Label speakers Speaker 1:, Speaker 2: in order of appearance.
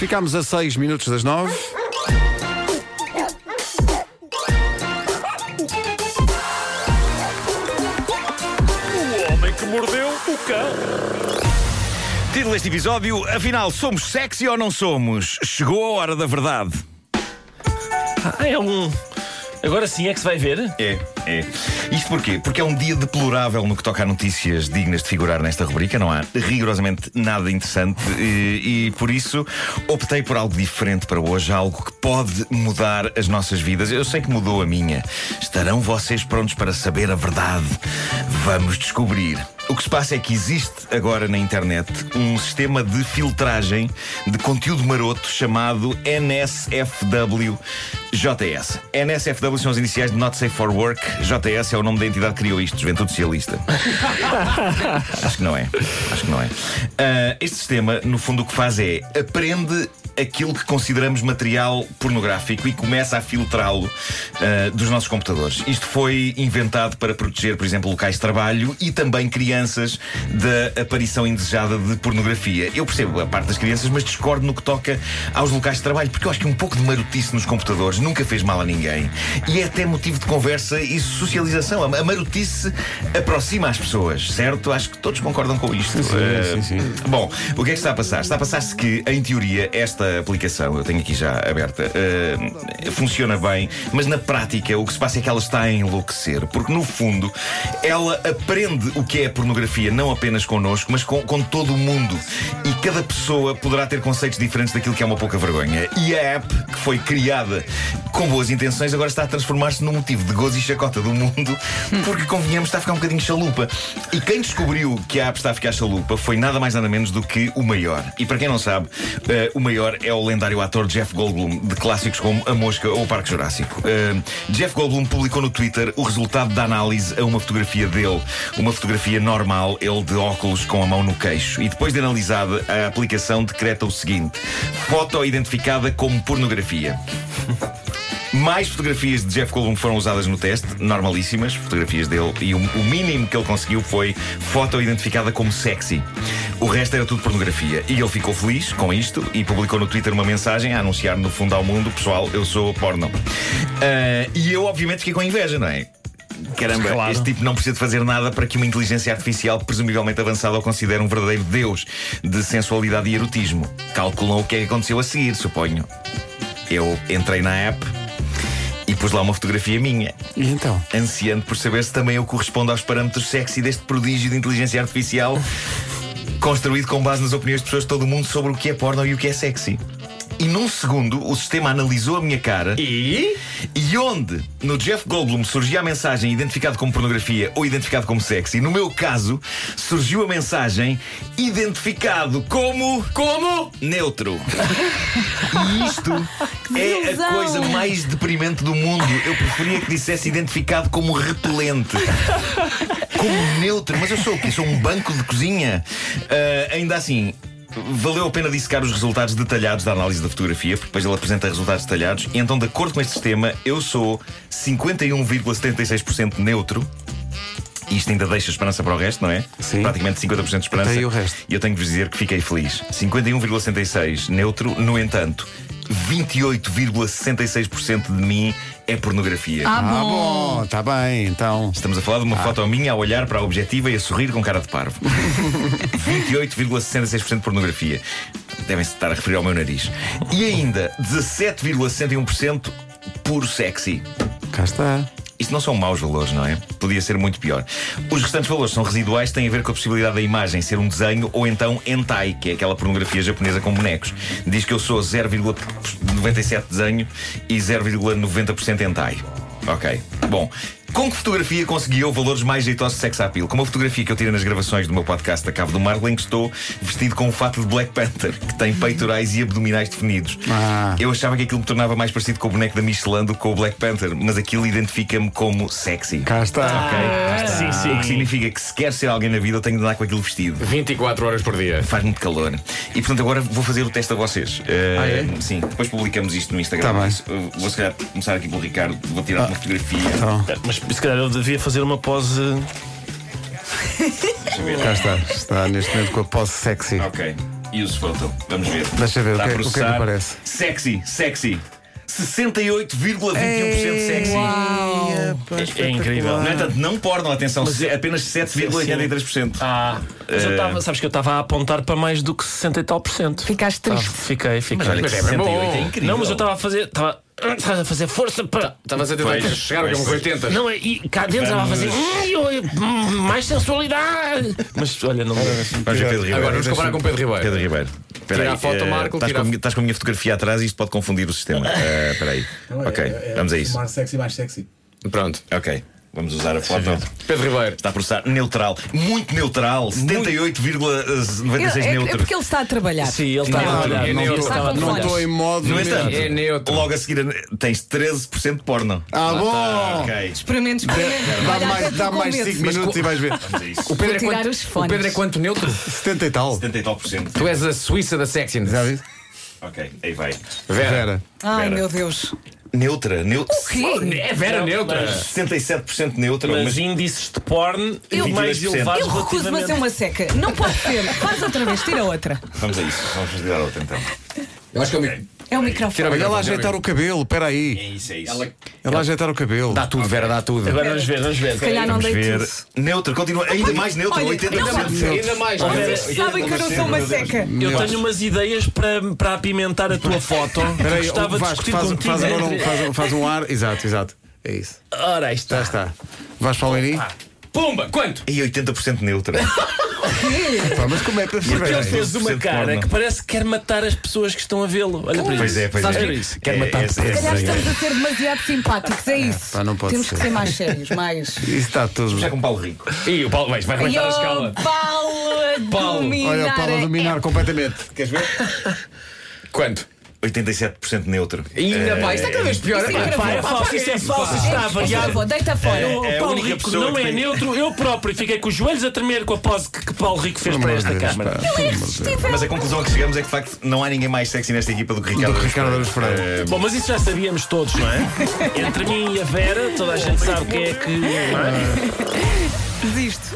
Speaker 1: Ficámos a 6 minutos das 9.
Speaker 2: O homem que mordeu o cão.
Speaker 3: Título deste episódio: Afinal, somos sexy ou não somos? Chegou a hora da verdade.
Speaker 2: Ah, é um. Agora sim é que se vai ver.
Speaker 3: É, é. Isto porquê? Porque é um dia deplorável no que toca a notícias dignas de figurar nesta rubrica, não há rigorosamente nada interessante e, e, por isso optei por algo diferente para hoje, algo que pode mudar as nossas vidas. Eu sei que mudou a minha. Estarão vocês prontos para saber a verdade? Vamos descobrir. O que se passa é que existe agora na internet um sistema de filtragem de conteúdo maroto chamado NSFW-JS. NSFW são as iniciais de Not Safe for Work, JS é o nome da entidade que criou isto, Juventude Socialista. Acho que não é. Acho que não é. Ah, este sistema, no fundo, o que faz é aprende aquilo que consideramos material pornográfico e começa a filtrá-lo ah, dos nossos computadores. Isto foi inventado para proteger, por exemplo, locais de trabalho e também crianças da aparição indesejada de pornografia. Eu percebo a parte das crianças, mas discordo no que toca aos locais de trabalho, porque eu acho que um pouco de marotice nos computadores nunca fez mal a ninguém. E é até motivo de conversa e socialização. A a marotice aproxima as pessoas, certo? Acho que todos concordam com isto. Eh, Bom, o que é que está a passar? Está a passar-se que, em teoria, esta aplicação, eu tenho aqui já aberta, eh, funciona bem, mas na prática o que se passa é que ela está a enlouquecer, porque no fundo ela aprende o que é a pornografia, não apenas connosco, mas com, com todo o mundo. E cada pessoa poderá ter conceitos diferentes daquilo que é uma pouca vergonha. E a app, que foi criada com boas intenções, agora está a transformar-se num motivo de gozo e chacota do mundo, porque convenhamos está a ficar um bocadinho chalupa. E quem descobriu que a app está a ficar chalupa foi nada mais nada menos do que o maior. E para quem não sabe, eh, o maior é o lendário ator Jeff Goldblum, de clássicos como A Mosca ou O Parque Jurássico. Eh, Jeff Goldblum publicou no Twitter o resultado da análise a uma fotografia dele, uma fotografia normal, ele de óculos com a mão no queixo. E depois de analisada, a aplicação decreta o seguinte: foto identificada como pornografia. Mais fotografias de Jeff Goldblum foram usadas no teste, normalíssimas, fotografias dele, e o, o mínimo que ele conseguiu foi foto identificada como sexy. O resto era tudo pornografia. E ele ficou feliz com isto e publicou no Twitter uma mensagem a anunciar no fundo ao mundo: pessoal, eu sou porno. Ah, e eu, obviamente, fiquei com inveja, não é? Caramba,
Speaker 2: Claro.
Speaker 3: este tipo não precisa de fazer nada para que uma inteligência artificial presumivelmente avançada o considere um verdadeiro deus de sensualidade e erotismo. Calculam o que é que aconteceu a seguir, suponho. Eu entrei na app e pus lá uma fotografia minha,
Speaker 1: E então?
Speaker 3: Tá ansiando por saber se também eu correspondo aos parâmetros sexy deste prodígio de inteligência artificial construído com base nas opiniões de pessoas de todo o mundo sobre o que é porno e o que é sexy. E num segundo, o sistema analisou a minha cara
Speaker 2: E?
Speaker 3: e onde no Jeff Goldblum surgia a mensagem identificado como pornografia ou identificado como sexy, no meu caso surgiu a mensagem identificado como. Como? Neutro. e isto é a
Speaker 4: Desilusão.
Speaker 3: coisa mais deprimente do mundo. Eu preferia que dissesse identificado como repelente. Como neutro. Mas eu sou o quê? Sou um banco de cozinha? Ah, ainda assim. Valeu a pena dissecar os resultados detalhados da análise da fotografia, porque depois ele apresenta resultados detalhados. E então, de acordo com este sistema, eu sou 51,76% neutro. E Isto ainda deixa esperança para o resto, não é?
Speaker 1: Sim.
Speaker 3: Praticamente 50% de esperança.
Speaker 1: Até aí o resto.
Speaker 3: E eu tenho que vos dizer que fiquei feliz. 51,66% neutro, no entanto, 28,66% de mim é pornografia.
Speaker 4: Ah,
Speaker 1: Ah,
Speaker 4: bom.
Speaker 1: bom, está bem, então.
Speaker 3: Estamos a falar de uma foto minha a olhar para a objetiva e a sorrir com cara de parvo. 28,66% de pornografia. Devem-se estar a referir ao meu nariz. E ainda 17,61% puro sexy.
Speaker 1: Cá está.
Speaker 3: Isto não são maus valores, não é? Podia ser muito pior. Os restantes valores são residuais, têm a ver com a possibilidade da imagem ser um desenho ou então hentai, que é aquela pornografia japonesa com bonecos. Diz que eu sou 0,97% desenho e 0,90% hentai. Ok. Bom, com que fotografia consegui eu valores mais jeitosos de sex appeal? Com uma fotografia que eu tirei nas gravações do meu podcast da Cabo do Marlin, que estou vestido com um fato de Black Panther, que tem peitorais e abdominais definidos.
Speaker 1: Ah.
Speaker 3: Eu achava que aquilo me tornava mais parecido com o boneco da Michelin do que com o Black Panther, mas aquilo identifica-me como sexy.
Speaker 1: Cá
Speaker 2: Tá.
Speaker 1: está.
Speaker 3: Ok?
Speaker 2: Ah, sim, sim.
Speaker 3: O que significa que se quer ser alguém na vida, eu tenho de andar com aquele vestido.
Speaker 5: 24 horas por dia.
Speaker 3: Faz muito calor. E portanto, agora vou fazer o teste a vocês. Eh, Sim, depois publicamos isto no Instagram.
Speaker 1: Ah, é? Tá bem. Ah.
Speaker 3: Mas, eh, Vou se calhar começar aqui pelo Ricardo, vou tirar uma fotografia.
Speaker 1: Então,
Speaker 2: Mas se calhar eu devia fazer uma pose.
Speaker 1: cá está. Está neste momento com a pose sexy.
Speaker 3: Ok. E e os votam. Vamos ver.
Speaker 1: Deixa ver,
Speaker 3: Está
Speaker 1: o que é- o que é que
Speaker 3: a processar.
Speaker 1: aparece?
Speaker 3: Sexy, sexy. 68,21% sexy.
Speaker 2: É- é incrível.
Speaker 3: No entanto, não porno, atenção, se- é apenas 7,83%.
Speaker 2: Ah, mas eu tava, sabes que eu estava a apontar para mais do que 60 e tal por cento.
Speaker 4: Ficaste triste.
Speaker 2: Fiquei, fiquei.
Speaker 3: Olha, que
Speaker 1: Mas é bem
Speaker 3: 68 é
Speaker 1: bom.
Speaker 3: incrível.
Speaker 2: não, mas eu estava a fazer. Estava estava a fazer força para.
Speaker 1: Estavas a
Speaker 3: Pois,
Speaker 1: tentar chegar a
Speaker 3: pois,
Speaker 1: uns
Speaker 3: pois.
Speaker 1: 80.
Speaker 2: Não, é, e cá dentro estava a fazer. "Ai, oi, hum, mais sensualidade! Mas olha, não.
Speaker 3: Vamos ver Pedro Ribeiro.
Speaker 1: Agora vamos
Speaker 3: Deixa-
Speaker 1: comparar com Pedro Ribeiro.
Speaker 3: Pedro Ribeiro. Espera
Speaker 1: Tira
Speaker 3: aí,
Speaker 1: a foto,
Speaker 3: eh,
Speaker 1: Marco,
Speaker 3: Estás
Speaker 1: tira
Speaker 3: com, a
Speaker 1: a-
Speaker 3: minha- estás com a minha fotografia atrás e isto pode confundir o sistema. Eh, Espera aí.
Speaker 1: é,
Speaker 3: Ok, vamos a isso.
Speaker 5: Mais Ah, sexy, mais sexy.
Speaker 1: Pronto.
Speaker 3: Ok, vamos usar a foto.
Speaker 1: Pedro Ribeiro.
Speaker 3: Está a processar neutral, muito neutral, 78,96
Speaker 4: é, é
Speaker 3: neutro.
Speaker 4: porque ele está a trabalhar.
Speaker 2: Sim, ele estava a
Speaker 3: Não,
Speaker 2: olhar.
Speaker 1: não
Speaker 2: ele
Speaker 1: estou-
Speaker 2: estava a
Speaker 1: não
Speaker 2: olhar.
Speaker 1: estou em modo.
Speaker 3: No
Speaker 1: neutro.
Speaker 3: entanto,
Speaker 1: É neutro.
Speaker 3: logo a seguir eh, tens 13% de porno.
Speaker 1: Ah, bom!
Speaker 3: tá, Ok.
Speaker 4: Experimento, experimento.
Speaker 1: Dá
Speaker 4: Olha, até
Speaker 1: mais,
Speaker 4: tu
Speaker 1: dá mais
Speaker 4: convences.
Speaker 1: 5 minutos e vais ver.
Speaker 3: Vamos a isso.
Speaker 6: O Pedro, é
Speaker 4: Vou tirar
Speaker 6: quanto,
Speaker 4: os fones.
Speaker 6: o Pedro é quanto neutro?
Speaker 1: 70 e tal.
Speaker 3: 70 e tal por cento.
Speaker 6: Tu és a Suíça da sexiness.
Speaker 1: Já viste?
Speaker 3: Ok, aí vai.
Speaker 1: Vera.
Speaker 4: Ai,
Speaker 3: Espera.
Speaker 4: meu Deus.
Speaker 3: Neutra, neutra.
Speaker 4: O quê?
Speaker 6: É Vera neutra.
Speaker 3: 67% neutra, mas
Speaker 2: Mas índices de porn
Speaker 4: Eu-
Speaker 2: mais
Speaker 3: 22%.
Speaker 2: elevados
Speaker 4: Eu recuso-me a ser
Speaker 2: relativamente.
Speaker 4: uma seca. Não pode ser. Faz outra vez, tira outra.
Speaker 3: vamos a isso. Vamos fazer a outra então.
Speaker 6: Eu acho que é o micro.
Speaker 4: É
Speaker 6: Tira
Speaker 4: o
Speaker 6: o
Speaker 4: microfone.
Speaker 1: Olha ela
Speaker 6: microfone,
Speaker 1: ajeitar o cabelo, peraí.
Speaker 3: É isso, é isso.
Speaker 1: Ela ajeitar o cabelo.
Speaker 6: Dá tudo, Vera, dá tudo.
Speaker 2: Agora vamos ver, vamos ver.
Speaker 4: Se calhar não
Speaker 3: Vamos
Speaker 4: dei
Speaker 3: ver.
Speaker 4: tudo.
Speaker 3: Neutra, continua. Ainda mais neutra,
Speaker 4: Olha,
Speaker 3: 80%.
Speaker 4: não-
Speaker 6: Ainda mais, não é?
Speaker 4: Vocês sabem que eu não sou uma seca.
Speaker 2: Eu
Speaker 1: Meu
Speaker 2: tenho umas ideias para, para apimentar a tua foto.
Speaker 1: Peraí,
Speaker 2: Gostava
Speaker 1: o
Speaker 2: de
Speaker 1: Vasco,
Speaker 2: discutir
Speaker 1: faz,
Speaker 2: contigo.
Speaker 1: faz agora um,
Speaker 2: entre-
Speaker 1: faz, um- faz um ar. Exato, exato. É isso.
Speaker 2: Ora, aí está.
Speaker 1: Já está. Vasco Palmeirinho?
Speaker 6: Pumba, quanto?
Speaker 3: E 80% neutra.
Speaker 1: Pá, mas como é que
Speaker 2: Porque ele
Speaker 3: Sim.
Speaker 2: fez uma
Speaker 3: 100%
Speaker 2: cara
Speaker 3: porno.
Speaker 2: que parece que quer matar as pessoas que estão a vê-lo. Olha para
Speaker 3: Pois
Speaker 2: isso.
Speaker 3: é, pois
Speaker 2: Sabes
Speaker 3: é.
Speaker 2: ver isso?
Speaker 3: É,
Speaker 2: Quer matar
Speaker 3: é,
Speaker 2: pessoas.
Speaker 3: é,
Speaker 4: Se calhar
Speaker 3: é.
Speaker 4: estamos a ser demasiado simpáticos, é isso.
Speaker 1: pá, não pode
Speaker 4: Temos
Speaker 1: ser.
Speaker 4: que ser mais sérios, mais.
Speaker 1: Isso está tudo.
Speaker 3: Já é, com Paulo Rico.
Speaker 6: E o Paulo, vais, vais
Speaker 4: E
Speaker 6: aumentar a
Speaker 4: o
Speaker 6: escala.
Speaker 4: Paulo a
Speaker 6: Paulo.
Speaker 4: dominar.
Speaker 1: Olha, o Paulo a
Speaker 4: é-
Speaker 1: dominar completamente. Queres ver?
Speaker 6: Quanto?
Speaker 3: 87% neutro.
Speaker 6: Ainda
Speaker 3: Eh,
Speaker 6: mais, isto é cada vez pior.
Speaker 4: Isso é
Speaker 6: pá.
Speaker 4: incrível.
Speaker 2: Pá, é falso, isso é falso, isso está
Speaker 4: Por
Speaker 2: variado.
Speaker 4: favor, Deita fora.
Speaker 3: É, é.
Speaker 2: O
Speaker 3: a
Speaker 2: Paulo
Speaker 3: única
Speaker 2: Rico
Speaker 3: pessoa
Speaker 2: não
Speaker 3: que
Speaker 2: é
Speaker 3: tem-
Speaker 2: neutro, eu próprio fiquei com os joelhos a tremer com a pose que, que Paulo Rico fez para esta câmara.
Speaker 3: Mas a conclusão a que chegamos é que de facto não há ninguém mais sexy nesta equipa do que Ricardo.
Speaker 1: Do que Ricardo
Speaker 3: Araújo
Speaker 1: Araújo Pereira.
Speaker 3: Eh,
Speaker 2: Bom, mas isso já sabíamos todos, não é? Entre mim e a Vera, toda a gente sabe quem é que. não é?
Speaker 4: Desisto.